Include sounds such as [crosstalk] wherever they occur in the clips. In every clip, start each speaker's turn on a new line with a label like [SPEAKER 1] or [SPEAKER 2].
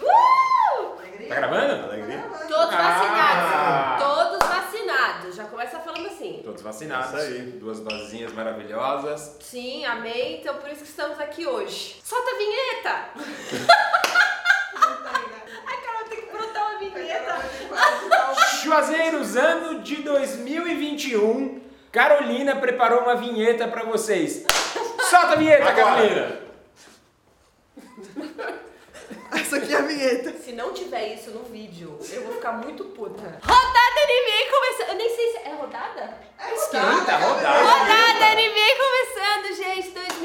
[SPEAKER 1] Uh!
[SPEAKER 2] Tá
[SPEAKER 3] Tá
[SPEAKER 4] Ah.
[SPEAKER 1] assim.
[SPEAKER 2] vacinados.
[SPEAKER 3] É Isso aí.
[SPEAKER 2] Duas dosinhas maravilhosas.
[SPEAKER 1] Sim, amei. Então por isso que estamos aqui hoje. Solta a vinheta! A Carol tem que brotar uma vinheta.
[SPEAKER 3] Ah.
[SPEAKER 2] Juazeiros, ano de 2021. Carolina preparou uma vinheta pra vocês. Solta a vinheta,
[SPEAKER 3] Agora.
[SPEAKER 2] Carolina!
[SPEAKER 4] Essa aqui é a vinheta.
[SPEAKER 1] Se não tiver isso no vídeo, eu vou ficar muito puta. Rodada NBA começando. Eu nem sei se. É rodada?
[SPEAKER 3] É
[SPEAKER 2] Esquenta, rodada.
[SPEAKER 1] Rodada NBA começando, gente. 2021,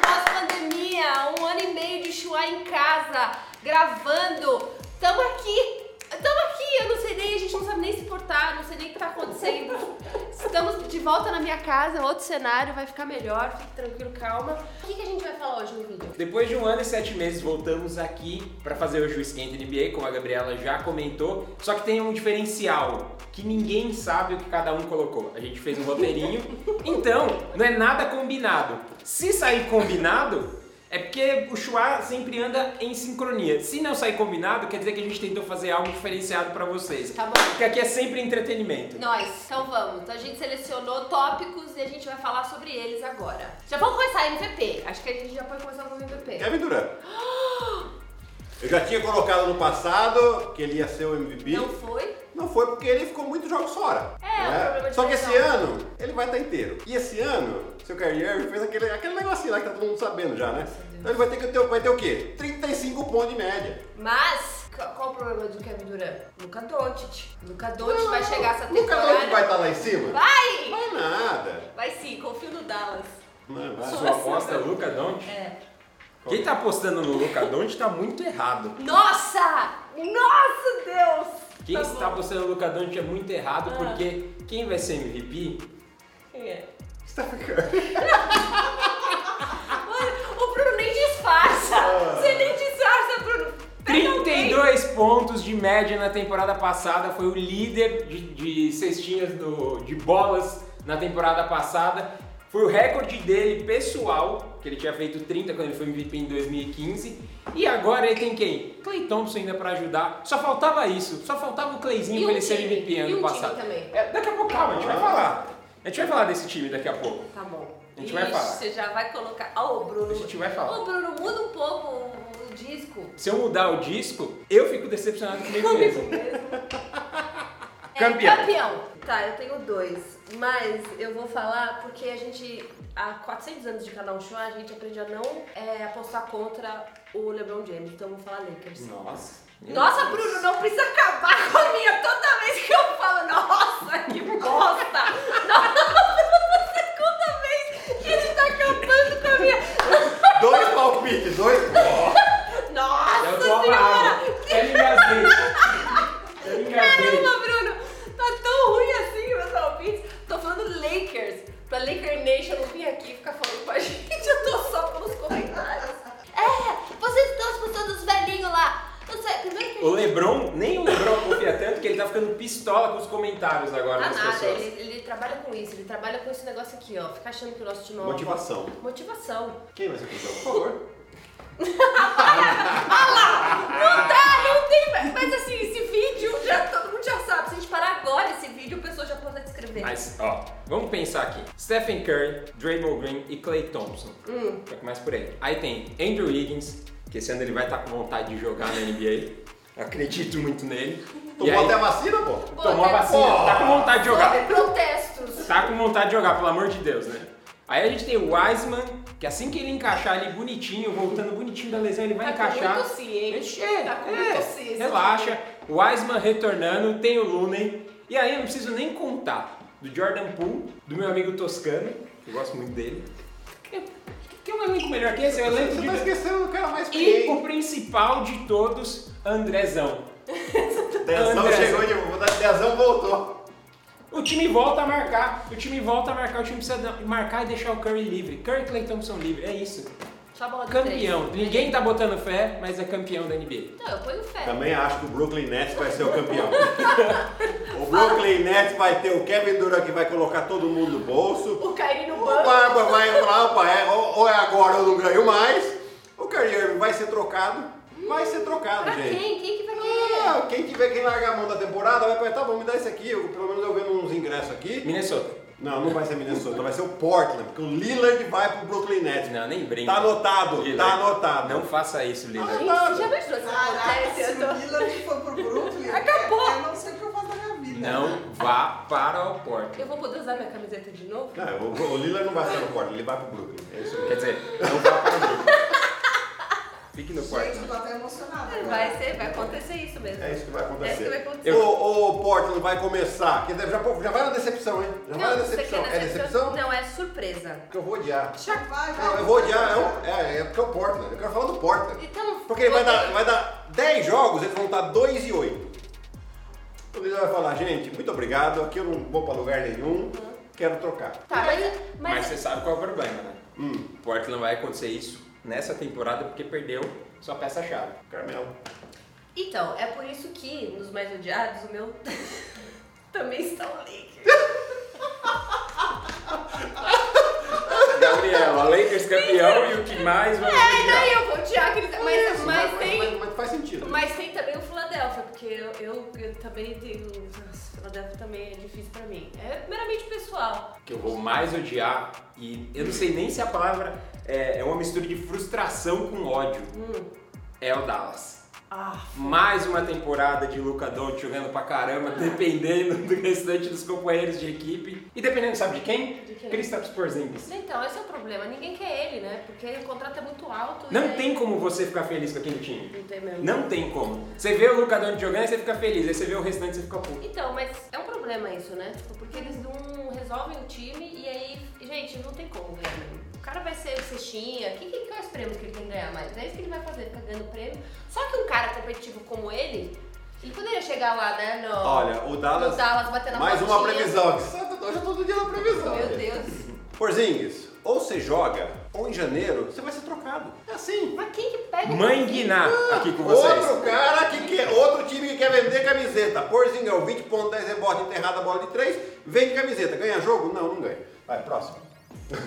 [SPEAKER 1] pós-pandemia. Um ano e meio de chuá em casa, gravando. Tamo aqui. Tamo aqui. Eu não sei nem, a gente não sabe nem se portar, não sei nem o que tá acontecendo. Estamos de volta na minha casa, outro cenário, vai ficar melhor. Fique tranquilo, calma. O que, que a gente vai falar hoje no vídeo?
[SPEAKER 2] Depois de um ano e sete meses, voltamos aqui pra fazer o Juiz Quente NBA, como a Gabriela já comentou. Só que tem um diferencial, que ninguém sabe o que cada um colocou. A gente fez um roteirinho, então não é nada combinado. Se sair combinado, é porque o Chua sempre anda em sincronia. Se não sair combinado, quer dizer que a gente tentou fazer algo diferenciado pra vocês.
[SPEAKER 1] Tá bom.
[SPEAKER 2] Porque aqui é sempre entretenimento.
[SPEAKER 1] Nós, então vamos. Então a gente selecionou tópicos e a gente vai falar sobre eles agora. Já vamos começar MVP. Acho que a gente já pode começar com o MVP.
[SPEAKER 3] Kevin Durant. [gasps] Eu já tinha colocado no passado que ele ia ser o MVP.
[SPEAKER 1] Não foi?
[SPEAKER 3] Não foi porque ele ficou muitos jogos fora.
[SPEAKER 1] É,
[SPEAKER 3] né?
[SPEAKER 1] o problema de
[SPEAKER 3] Só que esse
[SPEAKER 1] lesão.
[SPEAKER 3] ano ele vai estar inteiro. E esse ano, seu Kyrie Irving fez aquele, aquele negocinho lá que tá todo mundo sabendo já, né? Então ele vai ter que ter, vai ter o quê? 35 pontos de média.
[SPEAKER 1] Mas, qu- qual o problema do Kevin Durant? Luca Doncic. Luca Doncic vai chegar essa
[SPEAKER 3] Nunca
[SPEAKER 1] Tá temporada.
[SPEAKER 3] não vai estar lá em cima?
[SPEAKER 1] Vai!
[SPEAKER 3] Vai nada.
[SPEAKER 1] Vai sim, confio no Dallas.
[SPEAKER 3] Não, vai.
[SPEAKER 2] Sua aposta, Luca Doncic.
[SPEAKER 1] É.
[SPEAKER 2] Quem tá apostando no Luca Doncic tá muito errado.
[SPEAKER 1] Nossa! Nossa, Deus!
[SPEAKER 2] Quem
[SPEAKER 1] Tá bom.
[SPEAKER 2] está apostando no Luca Doncic é muito errado,
[SPEAKER 1] Ah.
[SPEAKER 2] porque quem vai ser MVP?
[SPEAKER 1] Quem é?
[SPEAKER 3] Stephen Curry.
[SPEAKER 1] Mano, o Bruno nem disfarça! Você nem disfarça, Bruno! Pega alguém.
[SPEAKER 2] 32 pontos de média na temporada passada, foi o líder de, de cestinhas do- de bolas na temporada passada. Foi o recorde dele pessoal, que ele tinha feito 30 quando ele foi MVP em 2015. E agora ele tem quem? Clay Thompson ainda pra ajudar. Só faltava isso, só faltava o
[SPEAKER 1] E
[SPEAKER 2] Clayzinho pra
[SPEAKER 1] um
[SPEAKER 2] ele ser
[SPEAKER 1] time,
[SPEAKER 2] MVP
[SPEAKER 1] e
[SPEAKER 2] ano
[SPEAKER 1] um
[SPEAKER 2] passado.
[SPEAKER 1] time também.
[SPEAKER 2] É, daqui a pouco, calma, a gente vai falar. A gente vai falar desse time daqui a pouco.
[SPEAKER 1] Tá bom.
[SPEAKER 2] A gente vai falar.
[SPEAKER 1] Você já vai colocar. Ó, o Bruno.
[SPEAKER 2] A gente vai falar.
[SPEAKER 1] Ô, Bruno, muda um pouco o, o disco.
[SPEAKER 2] Se eu mudar o disco, eu fico decepcionado comigo mesmo.
[SPEAKER 1] É,
[SPEAKER 2] Campeão.
[SPEAKER 1] campeão. Tá, eu tenho dois. Mas eu vou falar porque a gente, há 400 anos de canal show, a gente aprende a não é, apostar contra o LeBron James. Então eu vou falar Lakers.
[SPEAKER 2] Nossa.
[SPEAKER 1] Nossa, Bruno, não precisa acabar com a minha toda vez que eu falo, nossa, que bosta! Nossa, segunda vez que ele tá acabando com a minha.
[SPEAKER 3] [laughs] Dois
[SPEAKER 1] [laughs]
[SPEAKER 3] palpites, dois.
[SPEAKER 1] Nossa
[SPEAKER 2] Eu tô
[SPEAKER 1] senhora!
[SPEAKER 2] amado. Eu engasguei. Eu engasguei.
[SPEAKER 1] Caramba, Bruno! Tá tão ruim assim meus palpites. Tô falando Lakers. Pra Laker Nation não vir aqui e ficar falando com a [laughs] gente. Eu tô só pelos comentários. É, vocês estão escutando os velhinhos lá. Não sei, primeiro que
[SPEAKER 2] O Lebron, nem o Lebron confia tanto que ele tá ficando pistola com os comentários agora
[SPEAKER 1] Tá
[SPEAKER 2] das
[SPEAKER 1] nada,
[SPEAKER 2] pessoas.
[SPEAKER 1] ele, ele trabalha com isso, ele trabalha com esse negócio aqui, ó. Fica achando que o nosso time é uma
[SPEAKER 3] Motivação.
[SPEAKER 1] boa- Motivação.
[SPEAKER 3] Quem vai ser campeão? Por favor.
[SPEAKER 1] Não dá, não tem. Mas assim, esse vídeo já todo mundo já sabe. Se a gente parar agora esse vídeo, o pessoal já pode escrever.
[SPEAKER 2] Mas, ó, vamos pensar aqui. Stephen Curry, Draymond Green e Clay Thompson.
[SPEAKER 1] Hum.
[SPEAKER 2] Já começa por aí. Aí tem Andrew Wiggins, que esse ano ele vai estar com vontade de jogar na NBA. Acredito muito nele. E
[SPEAKER 3] Tomou
[SPEAKER 2] aí,
[SPEAKER 3] até a vacina, pô?
[SPEAKER 2] tomou a vacina,
[SPEAKER 3] Pô.
[SPEAKER 2] tá com vontade de jogar.
[SPEAKER 1] Sobre protestos.
[SPEAKER 2] Tá com vontade de jogar, pelo amor de Deus, né? Aí a gente tem o Wiseman, que assim que ele encaixar ali bonitinho, voltando bonitinho da lesão, ele vai
[SPEAKER 1] Tá com
[SPEAKER 2] encaixar.
[SPEAKER 1] muito si, hein?
[SPEAKER 2] Ele- É,
[SPEAKER 1] Tá com
[SPEAKER 2] é,
[SPEAKER 1] muito si, esse
[SPEAKER 2] relaxa. O Wiseman retornando, tem o Looney. E aí eu não preciso nem contar do Jordan Poole, do meu amigo Toscano, que eu gosto muito dele. Tem um elenco melhor que esse? Eu lembro
[SPEAKER 3] Você tá
[SPEAKER 2] de...
[SPEAKER 3] esquecendo do cara mais
[SPEAKER 2] E
[SPEAKER 3] experiente.
[SPEAKER 2] o principal de todos, Andrezão.
[SPEAKER 3] Dezão
[SPEAKER 2] André.
[SPEAKER 3] chegou de vontade, Dezão voltou.
[SPEAKER 2] O time volta a marcar, o time volta a marcar, o time precisa da- marcar e deixar o Curry livre. Curry e Clay Thompson livre, é isso.
[SPEAKER 1] tipo, Só bola de
[SPEAKER 2] Campeão. Ninguém tá botando fé, mas é campeão da NBA.
[SPEAKER 1] três. Não, eu ponho fé.
[SPEAKER 3] Também acho que o Brooklyn Nets vai ser o
[SPEAKER 2] [laughs]
[SPEAKER 3] campeão. o Brooklyn Nets vai ter o Kevin Durant que vai colocar todo mundo no bolso.
[SPEAKER 1] O Kairi no
[SPEAKER 3] O
[SPEAKER 1] banco.
[SPEAKER 3] Barba vai falar, opa, é, ou, ou é agora ou não ganho mais. O Kyrie Irving vai ser trocado. Vai ser trocado,
[SPEAKER 1] Pra
[SPEAKER 3] gente.
[SPEAKER 1] quem? Quem que vai querer?
[SPEAKER 3] Ah, o quem tiver quem largar a mão da temporada vai apertar, vamos me dar esse aqui, eu, pelo menos eu vendo uns ingressos aqui.
[SPEAKER 2] Minnesota.
[SPEAKER 3] Não, não vai ser Minnesota, vai ser o Portland, porque o Lillard vai pro Brooklyn Nets.
[SPEAKER 2] Não, nem brinca.
[SPEAKER 3] Tá anotado,
[SPEAKER 2] Lillard.
[SPEAKER 3] tá anotado.
[SPEAKER 2] Não faça isso, Lillard.
[SPEAKER 1] Gente, você já imaginou se
[SPEAKER 4] Caraca,
[SPEAKER 1] acontece?
[SPEAKER 4] se
[SPEAKER 1] Eu tô...
[SPEAKER 4] o Lillard for pro Brooklyn,
[SPEAKER 1] Acabou.
[SPEAKER 4] Eu não sei o que eu faço da minha vida.
[SPEAKER 2] Não vá para o Portland.
[SPEAKER 1] Eu vou poder usar minha camiseta de novo?
[SPEAKER 3] Não, o, o Lillard não vai ficar no Portland, ele vai pro Brooklyn. É isso aí.
[SPEAKER 2] Quer dizer, não vá para o Brooklyn. Fique no
[SPEAKER 4] Gente,
[SPEAKER 2] Portland.
[SPEAKER 4] eu tô até emocionada. agora.
[SPEAKER 1] Vai ser, vai acontecer isso mesmo.
[SPEAKER 3] É isso que vai acontecer.
[SPEAKER 1] É isso que vai acontecer.
[SPEAKER 3] O, o Portland vai começar. Que deve- já, já vai na decepção, hein? Já vai
[SPEAKER 1] isso
[SPEAKER 3] na
[SPEAKER 1] aqui
[SPEAKER 3] decepção. É decepção?
[SPEAKER 1] Não, é surpresa.
[SPEAKER 3] Porque eu vou odiar.
[SPEAKER 4] Vai, vai.
[SPEAKER 3] Não, eu vou odiar. É, um- é, é porque é o Portland. Eu quero falar do Portland.
[SPEAKER 1] Então,
[SPEAKER 3] Porque vai dar,
[SPEAKER 1] você-
[SPEAKER 3] vai dar 10 jogos, eles vão estar 2 e 8. O líder vai falar, gente, muito obrigado. Aqui eu não vou pra lugar nenhum. Quero trocar.
[SPEAKER 1] Tá, mas,
[SPEAKER 2] Mas,
[SPEAKER 1] mas,
[SPEAKER 2] você sabe qual é o problema, né? O Portland vai acontecer isso nessa temporada porque perdeu sua peça-chave.
[SPEAKER 3] Carmelo.
[SPEAKER 1] Então, é por isso que nos mais odiados o meu [laughs] também está o Lakers.
[SPEAKER 2] Gabriela, Lakers campeão e o que mais vai
[SPEAKER 1] É, e
[SPEAKER 2] odiar.
[SPEAKER 1] daí eu vou odiar aquele. Mas,
[SPEAKER 3] é Isso,
[SPEAKER 1] mas,
[SPEAKER 3] mas,
[SPEAKER 1] tem.
[SPEAKER 3] mas faz sentido.
[SPEAKER 1] Mas tem também o Philadelphia, porque eu, eu, eu também tenho. Nossa, Philadelphia também é difícil pra mim. É meramente pessoal.
[SPEAKER 2] que eu vou mais odiar e eu não sei nem se a palavra é, é uma mistura de frustração com ódio. É o Dallas.
[SPEAKER 1] Hum. Ah.
[SPEAKER 2] Mais uma temporada de Luca Doncic jogando
[SPEAKER 1] [laughs]
[SPEAKER 2] pra caramba, dependendo do restante dos companheiros de equipe. E dependendo, sabe de quem?
[SPEAKER 1] De quem?
[SPEAKER 2] Kristaps Porzingis.
[SPEAKER 1] Então, esse é o problema. Ninguém quer ele, né? Porque o contrato é muito alto. e
[SPEAKER 2] Não
[SPEAKER 1] aí-
[SPEAKER 2] tem como você ficar feliz com aquele time.
[SPEAKER 1] Não tem mesmo.
[SPEAKER 2] Não tem como. Você vê o Luca Doncic jogando e você fica feliz, aí você vê o restante e você fica puto.
[SPEAKER 1] Então, mas é um problema isso, né? Tipo, Porque eles não resolvem o time e aí, gente, não tem como ganhar mesmo. O cara vai ser cestinha, o que, que, nós prêmios que ele tem que ganhar mais? É isso que ele vai fazer, ficar ganhando prêmio. Só que um cara competitivo como ele, ele poderia chegar lá, né, no,
[SPEAKER 3] Olha, o Dallas.
[SPEAKER 1] no Dallas, bater na
[SPEAKER 3] mais uma
[SPEAKER 1] portinha.
[SPEAKER 3] previsão. Hoje eu tô todo dia na previsão.
[SPEAKER 1] Meu Deus.
[SPEAKER 3] Porzingis, ou você joga, ou em janeiro você vai ser trocado. É assim.
[SPEAKER 1] Mas quem É que pega...
[SPEAKER 2] Mãe Guiná aqui com vocês.
[SPEAKER 3] Outro cara que quer, outro time que quer vender camiseta. é Porzingão, 20 pontos, 10 rebotes, enterrada, bola de 3, vende camiseta. Ganha jogo? Não, não ganha. Vai, próximo.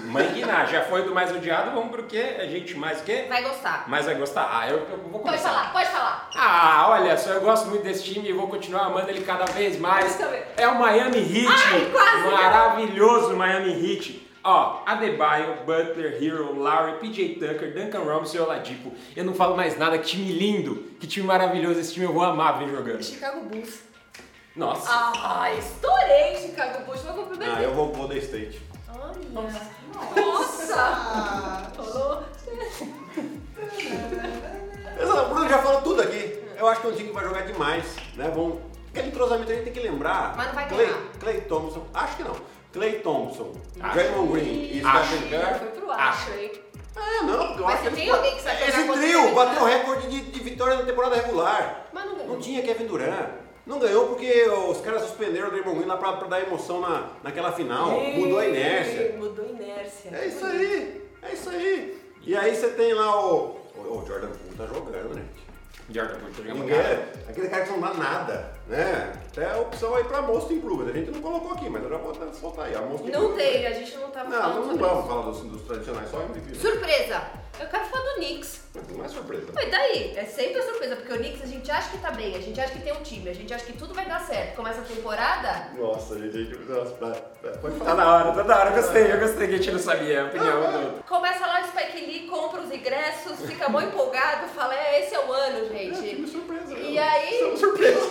[SPEAKER 2] Mãe Guiná, já foi do mais odiado, vamos pro quê? A gente mais o quê?
[SPEAKER 1] Vai gostar.
[SPEAKER 2] Mas vai gostar. Ah, eu, eu vou
[SPEAKER 1] Pode
[SPEAKER 2] começar.
[SPEAKER 1] falar, pode falar.
[SPEAKER 2] Ah, olha só, eu gosto muito desse time e vou continuar amando ele cada vez mais.
[SPEAKER 1] Eu também.
[SPEAKER 2] É o Miami Heat.
[SPEAKER 1] Ai, quase.
[SPEAKER 2] Maravilhoso Miami Heat. Ó, Adebayo, Butler, Hero, Lowry, PJ Tucker, Duncan Robinson e Oladipo. Eu não falo mais nada, que time lindo, que time maravilhoso esse time, eu vou amar ver jogando.
[SPEAKER 1] Chicago Bulls.
[SPEAKER 2] Nossa.
[SPEAKER 1] Ah, estourei Chicago Bulls. Foi o primeiro
[SPEAKER 3] Ah, eu vou Golden State.
[SPEAKER 1] Olha. Nossa.
[SPEAKER 4] Ah,
[SPEAKER 1] Rolou.
[SPEAKER 3] Pessoal, o Bruno já falou tudo aqui. Eu acho que é um time que vai jogar demais, né? Vamos... Aquele entrosamento a gente tem que lembrar.
[SPEAKER 1] Mas não vai
[SPEAKER 3] Clay,
[SPEAKER 1] ganhar.
[SPEAKER 3] Clay Thompson, acho que não. Clay Thompson,
[SPEAKER 2] Acho.
[SPEAKER 3] Draymond Green e
[SPEAKER 2] Acho.
[SPEAKER 3] Stephen
[SPEAKER 1] Já
[SPEAKER 3] Curry.
[SPEAKER 1] foi pro acho, hein?
[SPEAKER 3] É, não, porque eu
[SPEAKER 1] Mas
[SPEAKER 3] acho
[SPEAKER 1] se
[SPEAKER 3] que
[SPEAKER 1] tem
[SPEAKER 3] eles-
[SPEAKER 1] alguém que sabe jogar
[SPEAKER 3] Esse
[SPEAKER 1] contra
[SPEAKER 3] trio
[SPEAKER 1] ele,
[SPEAKER 3] bateu o recorde de, de vitória na temporada regular.
[SPEAKER 1] Mas não ganhou.
[SPEAKER 3] Não tinha Kevin Durant. Não ganhou porque os caras suspenderam o Draymond Green lá pra, pra dar emoção na, naquela final. Mudou a inércia.
[SPEAKER 1] Mudou a inércia.
[SPEAKER 3] É isso aí, é isso aí. E aí você tem lá o. O o Jordan Poole tá jogando, né?
[SPEAKER 2] Jordan Poole jogando
[SPEAKER 3] Ninguém,
[SPEAKER 2] cara.
[SPEAKER 3] aquele É cara que não dá nada, né? Até a opção aí pra Most Improved. A gente não colocou aqui, mas eu já vou até soltar aí. A Most
[SPEAKER 1] Não
[SPEAKER 3] Improved.
[SPEAKER 1] tem, a gente não tava
[SPEAKER 3] Não,
[SPEAKER 1] falando
[SPEAKER 3] não, não
[SPEAKER 1] sobre
[SPEAKER 3] vamos falar dos, dos tradicionais, só MVP.
[SPEAKER 1] isso.
[SPEAKER 3] né?
[SPEAKER 1] Surpresa! Eu quero falar do Knicks.
[SPEAKER 3] Mas não é surpresa.
[SPEAKER 1] Mas daí, é sempre a surpresa, porque o Knicks a gente acha que tá bem, a gente acha que tem um time, a gente acha que tudo vai dar certo. Começa a temporada,
[SPEAKER 3] Nossa, gente, gente, nossa, pra- pra- pode
[SPEAKER 2] Tá
[SPEAKER 3] falar.
[SPEAKER 2] da hora, tá da hora, eu gostei, eu gostei que a gente não sabia a opinião
[SPEAKER 1] Ah.
[SPEAKER 2] do outro.
[SPEAKER 1] começa lá o Spike Lee, compra os ingressos, fica mó empolgado, fala, é, esse é o ano,
[SPEAKER 3] É um time
[SPEAKER 1] gente.
[SPEAKER 3] surpresa.
[SPEAKER 1] E
[SPEAKER 3] né?
[SPEAKER 1] aí-
[SPEAKER 3] São surpresas.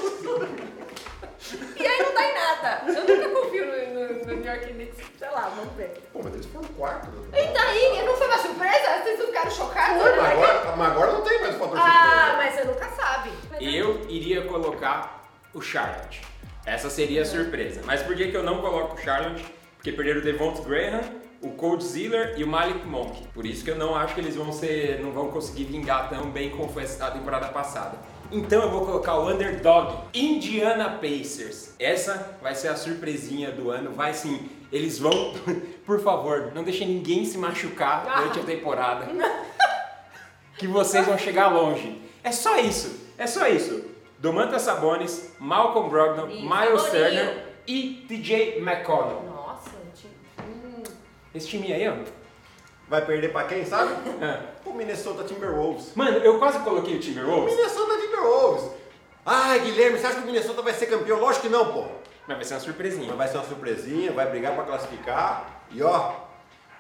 [SPEAKER 1] E aí não dá em nada. Eu nunca confio no, no- no New York Knicks, sei lá, vamos ver.
[SPEAKER 3] Pô, mas eles foram quarto. né?
[SPEAKER 1] E daí, tá não foi uma surpresa? Vocês não ficaram chocados?
[SPEAKER 3] Foi, mas agora, mas agora não tem mais o fator
[SPEAKER 1] Ah,
[SPEAKER 3] surpresa.
[SPEAKER 1] mas você nunca sabe.
[SPEAKER 2] Eu iria colocar o Charlotte. Essa seria a surpresa. Mas por que, que eu não coloco o Charlotte? Porque perderam o Devonta Graham, o Cold Ziller e o Malik Monk. Por isso que eu não acho que eles vão ser. não vão conseguir vingar tão bem como foi a temporada passada. Então eu vou colocar o underdog, Indiana Pacers. Essa vai ser a surpresinha do ano, vai sim. Eles vão, [laughs] por favor, não deixem ninguém se machucar durante a temporada que vocês vão chegar longe. É só isso, é só isso. Domantas Sabonis, Malcolm Brogdon,
[SPEAKER 1] Ih,
[SPEAKER 2] Miles
[SPEAKER 1] Saboninho.
[SPEAKER 2] Turner e TJ McConnell.
[SPEAKER 1] Nossa, tipo. hum.
[SPEAKER 2] Esse time aí, ó.
[SPEAKER 3] Vai perder pra quem, [laughs] sabe?
[SPEAKER 2] Ah.
[SPEAKER 3] o Minnesota Timberwolves.
[SPEAKER 2] Mano, eu quase coloquei o Timberwolves.
[SPEAKER 3] Minnesota Timberwolves. Ah, Guilherme, você acha que o Minnesota vai ser campeão? Lógico que não, pô.
[SPEAKER 2] Mas vai ser uma surpresinha.
[SPEAKER 3] Mas Então vai ser uma surpresinha, vai brigar pra classificar. E ó,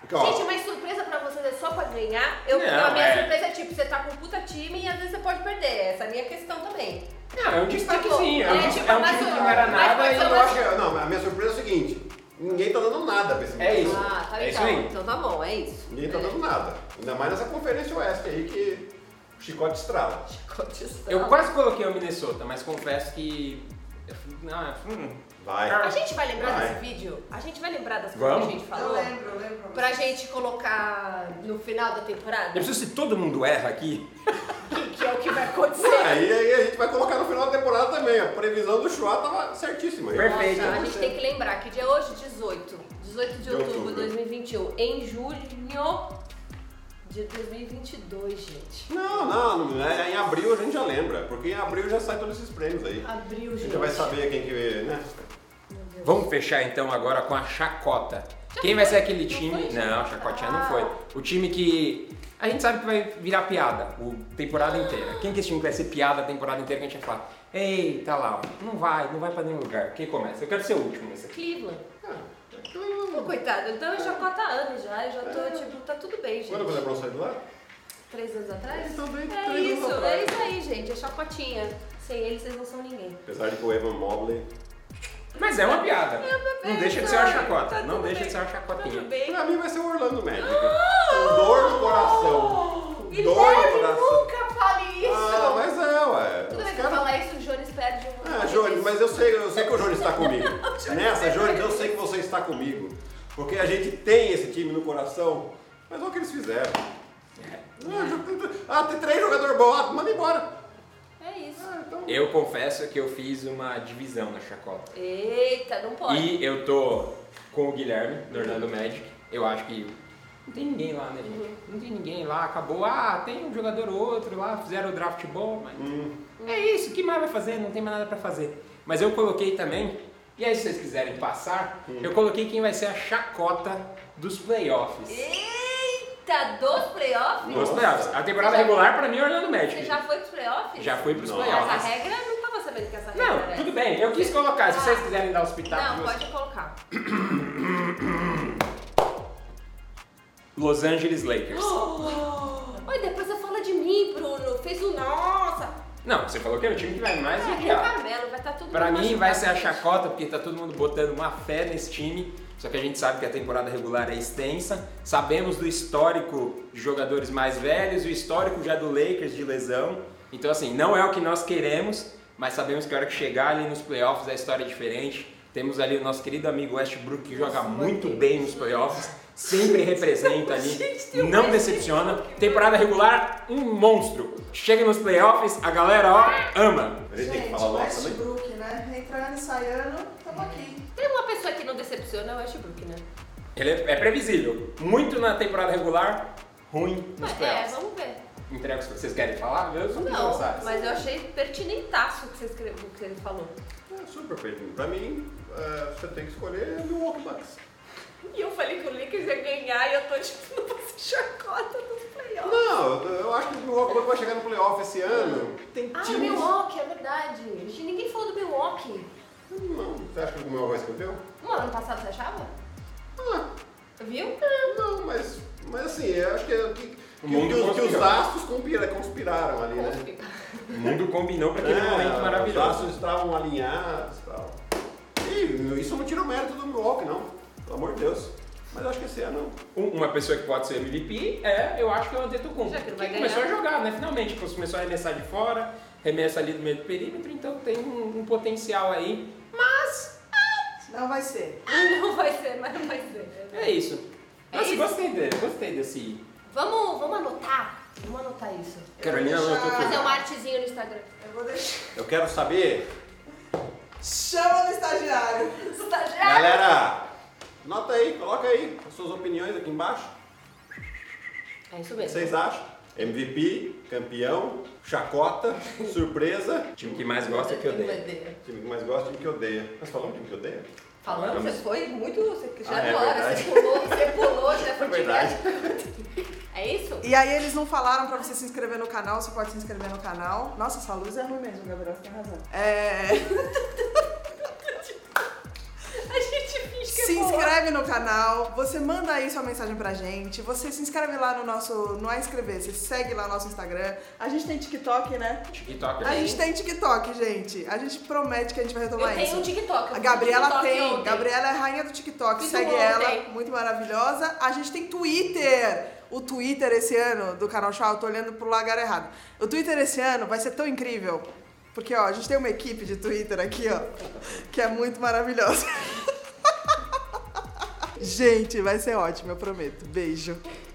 [SPEAKER 3] porque, ó
[SPEAKER 1] Gente, mas surpresa pra vocês é só pra ganhar? Eu,
[SPEAKER 2] Não,
[SPEAKER 1] a minha
[SPEAKER 2] é.
[SPEAKER 1] surpresa é tipo, você tá com um puta time e às vezes você pode perder. Essa é a minha questão também.
[SPEAKER 2] Não, é um destaquezinho. É, um
[SPEAKER 1] É,
[SPEAKER 2] dis-
[SPEAKER 1] tipo,
[SPEAKER 2] é um
[SPEAKER 1] mas
[SPEAKER 2] time que
[SPEAKER 1] o-
[SPEAKER 2] não era
[SPEAKER 1] mas
[SPEAKER 2] nada
[SPEAKER 1] pode ser
[SPEAKER 2] e
[SPEAKER 3] eu
[SPEAKER 2] eu
[SPEAKER 1] uma-
[SPEAKER 2] acho.
[SPEAKER 3] acho que, não, a minha surpresa é o seguinte, ninguém tá dando nada pra esse
[SPEAKER 2] É isso.
[SPEAKER 1] Ah, tá
[SPEAKER 2] é isso
[SPEAKER 1] legal.
[SPEAKER 2] aí. Então
[SPEAKER 1] Então tá bom, é isso.
[SPEAKER 3] Ninguém tá dando nada. Ainda mais nessa conferência oeste aí que o chicote estrala.
[SPEAKER 1] Cotição.
[SPEAKER 2] Eu quase coloquei o Minnesota, mas confesso que. eu fui- Não, hum,
[SPEAKER 3] Vai.
[SPEAKER 1] A gente vai lembrar
[SPEAKER 3] Vai.
[SPEAKER 1] desse vídeo? A gente vai lembrar das coisas
[SPEAKER 2] Vamos.
[SPEAKER 1] que a gente
[SPEAKER 4] Eu
[SPEAKER 1] falou?
[SPEAKER 4] lembro, eu lembro.
[SPEAKER 1] Pra gente colocar no final da temporada?
[SPEAKER 2] eu preciso se todo mundo erra aqui.
[SPEAKER 1] Que, que é o que vai acontecer.
[SPEAKER 3] Aí, aí a gente vai colocar no final da temporada também. A previsão do Chua tava certíssima. aí.
[SPEAKER 2] Perfeito.
[SPEAKER 1] Nossa, a gente tem que lembrar que dia é hoje, 18. 18 de,
[SPEAKER 3] De
[SPEAKER 1] outubro de
[SPEAKER 3] outubro.
[SPEAKER 1] 2021. Em julho de 2022, gente.
[SPEAKER 3] Não, não, não é. em abril a gente já lembra, porque em abril já sai todos esses prêmios aí.
[SPEAKER 1] Abril,
[SPEAKER 3] A
[SPEAKER 1] gente.
[SPEAKER 3] gente já vai saber quem que, né?
[SPEAKER 2] Vamos fechar então agora com a chacota. Quem vai ser aquele
[SPEAKER 1] Não
[SPEAKER 2] time?
[SPEAKER 1] foi,
[SPEAKER 2] Não,
[SPEAKER 1] gente?
[SPEAKER 2] chacotinha
[SPEAKER 1] Ah.
[SPEAKER 2] não foi. O time que. A gente sabe que vai virar piada o temporada inteira. Quem que é esse time que vai ser piada a temporada inteira que a gente vai falar? Ei, tá lá, ó. Não vai, não vai pra nenhum lugar. Quem começa? Eu quero ser o último nesse aqui.
[SPEAKER 1] Cleveland.
[SPEAKER 3] Ah,
[SPEAKER 1] Ô, coitado, então eu já cota anos já. Eu já tô, tipo, tá tudo bem, gente.
[SPEAKER 3] Quando o LeBron saiu de lá?
[SPEAKER 1] Três anos atrás?
[SPEAKER 3] Então, bem,
[SPEAKER 1] é
[SPEAKER 3] três anos
[SPEAKER 1] isso,
[SPEAKER 3] atrás.
[SPEAKER 1] é isso aí, gente. É chacotinha. Sem ele, vocês não são ninguém.
[SPEAKER 3] Apesar de que o Evan Mobley.
[SPEAKER 2] Mas é uma piada.
[SPEAKER 1] uma
[SPEAKER 2] Não deixa de ser uma
[SPEAKER 1] piada.
[SPEAKER 2] chacota.
[SPEAKER 1] Tá
[SPEAKER 2] Não
[SPEAKER 1] tudo
[SPEAKER 2] deixa de
[SPEAKER 1] bem. Tá
[SPEAKER 2] ser uma chacotinha.
[SPEAKER 1] Tudo bem.
[SPEAKER 3] Pra mim vai ser o Orlando Magic. Com dor no coração. Com dor no
[SPEAKER 1] Oh, Guilherme,
[SPEAKER 2] né?
[SPEAKER 3] coração.
[SPEAKER 1] nunca fale isso.
[SPEAKER 3] Ah, mas é, ué.
[SPEAKER 1] Tudo bem
[SPEAKER 3] Os
[SPEAKER 1] que eu
[SPEAKER 3] caras.
[SPEAKER 1] falar isso, o Jones perde um.
[SPEAKER 3] Ah, Jones, mas eu sei, eu sei que o Jones está comigo. Nessa, Jones, eu sei que você está comigo. Porque a gente tem esse time no coração. Mas olha o que eles fizeram. Ah, jo- Ah, tem três jogadores bons. Ah, manda embora.
[SPEAKER 1] É isso.
[SPEAKER 3] Ah, então-
[SPEAKER 2] Eu confesso que eu fiz uma divisão na chacota.
[SPEAKER 1] Eita, não pode.
[SPEAKER 2] E eu tô com o Guilherme, do Orlando Magic. Eu acho que não tem ninguém lá, né, gente?
[SPEAKER 1] Uhum.
[SPEAKER 2] Não tem ninguém lá. Acabou, ah, tem um jogador ou outro lá, fizeram o draft bom, mas... É isso, o que mais vai fazer? Não tem mais nada pra fazer. Mas eu coloquei também, e aí se vocês quiserem passar, eu coloquei quem vai ser a chacota dos playoffs.
[SPEAKER 1] Eita, dos playoffs?
[SPEAKER 2] Dos
[SPEAKER 3] Nossa.
[SPEAKER 2] playoffs. A temporada regular pra mim é Orlando Magic.
[SPEAKER 1] Você já foi pros playoffs?
[SPEAKER 2] Já fui pros
[SPEAKER 3] Nossa.
[SPEAKER 1] Essa
[SPEAKER 2] playoffs.
[SPEAKER 1] regra, eu não tava sabendo que é essa regra
[SPEAKER 2] Não,
[SPEAKER 1] era.
[SPEAKER 2] tudo bem, tá, eu quis colocar. Se vocês quiserem dar os pitacos,
[SPEAKER 1] né? Ah. Não, pode colocar.
[SPEAKER 2] Los Angeles
[SPEAKER 1] [gasps]
[SPEAKER 2] Lakers.
[SPEAKER 1] Oi, depois você fala de mim, Bruno. Fez o nossa.
[SPEAKER 2] Não, você falou que é o time que vai mais
[SPEAKER 1] Ah, e o
[SPEAKER 2] odiar.
[SPEAKER 1] Carmelo, vai estar tudo
[SPEAKER 2] Pra
[SPEAKER 1] machucado,
[SPEAKER 2] mim vai ser a
[SPEAKER 1] gente.
[SPEAKER 2] chacota, porque tá todo mundo botando uma fé nesse time. Só que a gente sabe que a temporada regular é extensa. Sabemos do histórico de jogadores mais velhos, o histórico já do Lakers de lesão. Então, assim, não é o que nós queremos, mas sabemos que a hora que chegar ali nos playoffs a história é diferente. Temos ali o nosso querido amigo Westbrook, que joga muito bem nos playoffs, sempre representa ali, não decepciona. Temporada regular, um monstro. Chega nos playoffs, a galera, ó, ama.
[SPEAKER 3] A gente tem que falar nossa também.
[SPEAKER 4] Westbrook, né? Entrando e saindo, tamo aqui.
[SPEAKER 1] Tem uma pessoa que não decepciona, é o Westbrook, né?
[SPEAKER 2] Ele é, é previsível. Muito na temporada regular, ruim nos
[SPEAKER 1] Mas, é,
[SPEAKER 2] playoffs.
[SPEAKER 1] vamos ver.
[SPEAKER 2] Entrega o que vocês querem falar? Eu sou um
[SPEAKER 1] Não,
[SPEAKER 2] sabe?
[SPEAKER 1] mas eu achei pertinentaço o que você escreveu, o que ele falou.
[SPEAKER 3] É super pertinho. Pra mim, é, você tem que escolher Milwaukee Bucks.
[SPEAKER 1] E eu falei que o Lakers ia ganhar e eu tô tipo, [laughs] não vou ser chacota dos playoffs.
[SPEAKER 3] Não, eu- eu acho que o Milwaukee Bucks vai chegar no playoff esse ano. Tem
[SPEAKER 1] Ah,
[SPEAKER 3] times...
[SPEAKER 1] Milwaukee, é verdade. Gente, Ninguém falou do Milwaukee.
[SPEAKER 3] Não, você acha que o Milwaukee vai ser campeão?
[SPEAKER 1] No ano passado você achava?
[SPEAKER 3] Ah, é,
[SPEAKER 1] Viu?
[SPEAKER 2] né?
[SPEAKER 3] Não, mas, mas assim, eu acho que, é o que,
[SPEAKER 2] O
[SPEAKER 3] que-
[SPEAKER 2] mundo
[SPEAKER 3] que os- que os
[SPEAKER 2] conspirou.
[SPEAKER 3] astros conspira- conspiraram ali, né?
[SPEAKER 2] O mundo combinou para aquele
[SPEAKER 3] É,
[SPEAKER 2] momento
[SPEAKER 3] Os
[SPEAKER 2] maravilhoso.
[SPEAKER 3] astros estavam alinhados e tal. E isso não tira o mérito do Milwaukee, não. Pelo amor de Deus. Mas eu acho que esse ano...
[SPEAKER 2] Um- Uma pessoa que pode ser MVP é, eu acho que é o Antetokounmpo.
[SPEAKER 1] Já que ele vai
[SPEAKER 2] começou a
[SPEAKER 1] ganhar.
[SPEAKER 2] jogar, né? Finalmente, tipo, começou a arremessar de fora, arremessa ali do meio do perímetro, então tem um, um potencial aí. Mas
[SPEAKER 4] Não vai ser.
[SPEAKER 1] Ah, não vai ser, mas não vai ser.
[SPEAKER 2] é isso.
[SPEAKER 1] É
[SPEAKER 2] Nossa,
[SPEAKER 1] isso.
[SPEAKER 2] gostei dele, gostei desse.
[SPEAKER 1] Vamos, vamos anotar? Vamos anotar isso.
[SPEAKER 4] Eu
[SPEAKER 2] Carolina,
[SPEAKER 4] vou
[SPEAKER 2] não, eu tô
[SPEAKER 1] Fazer
[SPEAKER 4] deixar-
[SPEAKER 1] uma artezinha no Instagram.
[SPEAKER 4] Eu vou deixar.
[SPEAKER 3] Eu quero saber,
[SPEAKER 4] Chama no estagiário.
[SPEAKER 1] Estagiário!
[SPEAKER 3] galera, nota aí, coloca aí as suas opiniões aqui embaixo.
[SPEAKER 1] É isso
[SPEAKER 3] O que
[SPEAKER 1] mesmo.
[SPEAKER 3] vocês acham? MVP, campeão, chacota, [laughs] surpresa.
[SPEAKER 2] O time que mais gosta é que eu dei.
[SPEAKER 3] Time que mais gosta, é time que odeia. Nós falamos time que odeia?
[SPEAKER 1] Falando, você foi muito. Você já
[SPEAKER 3] Ah, é
[SPEAKER 1] agora,
[SPEAKER 3] verdade. [laughs]
[SPEAKER 1] você pulou, você pulou, já foi
[SPEAKER 3] É verdade.
[SPEAKER 1] direto. É isso?
[SPEAKER 4] E aí eles não falaram pra você se inscrever no canal, você pode se inscrever no canal. Nossa, essa luz é ruim mesmo, Gabriel, você tem razão. É,
[SPEAKER 1] A gente finge que é
[SPEAKER 4] se
[SPEAKER 1] boa.
[SPEAKER 4] inscreve no canal, você manda aí sua mensagem pra gente, você se inscreve lá no nosso, não é inscrever, você segue lá nosso Instagram. A gente tem TikTok, né?
[SPEAKER 2] TikTok.
[SPEAKER 4] A
[SPEAKER 2] né?
[SPEAKER 4] gente tem TikTok, gente. A gente promete que a gente vai
[SPEAKER 1] Eu
[SPEAKER 4] retomar
[SPEAKER 1] tenho
[SPEAKER 4] isso.
[SPEAKER 1] um TikTok. eu
[SPEAKER 4] A
[SPEAKER 1] fiz
[SPEAKER 4] Gabriela
[SPEAKER 1] TikTok
[SPEAKER 4] tem.
[SPEAKER 1] ontem.
[SPEAKER 4] Gabriela é a rainha do TikTok.
[SPEAKER 1] Fiz
[SPEAKER 4] Segue
[SPEAKER 1] um ontem.
[SPEAKER 4] ela, muito maravilhosa. A gente tem Twitter. O Twitter esse ano do canal Chá, eu tô olhando pro lugar errado. O Twitter esse ano vai ser tão incrível. Porque, ó, a gente tem uma equipe de Twitter aqui, ó, que é muito [laughs] maravilhosa. gente, vai ser ótimo, eu prometo. Beijo.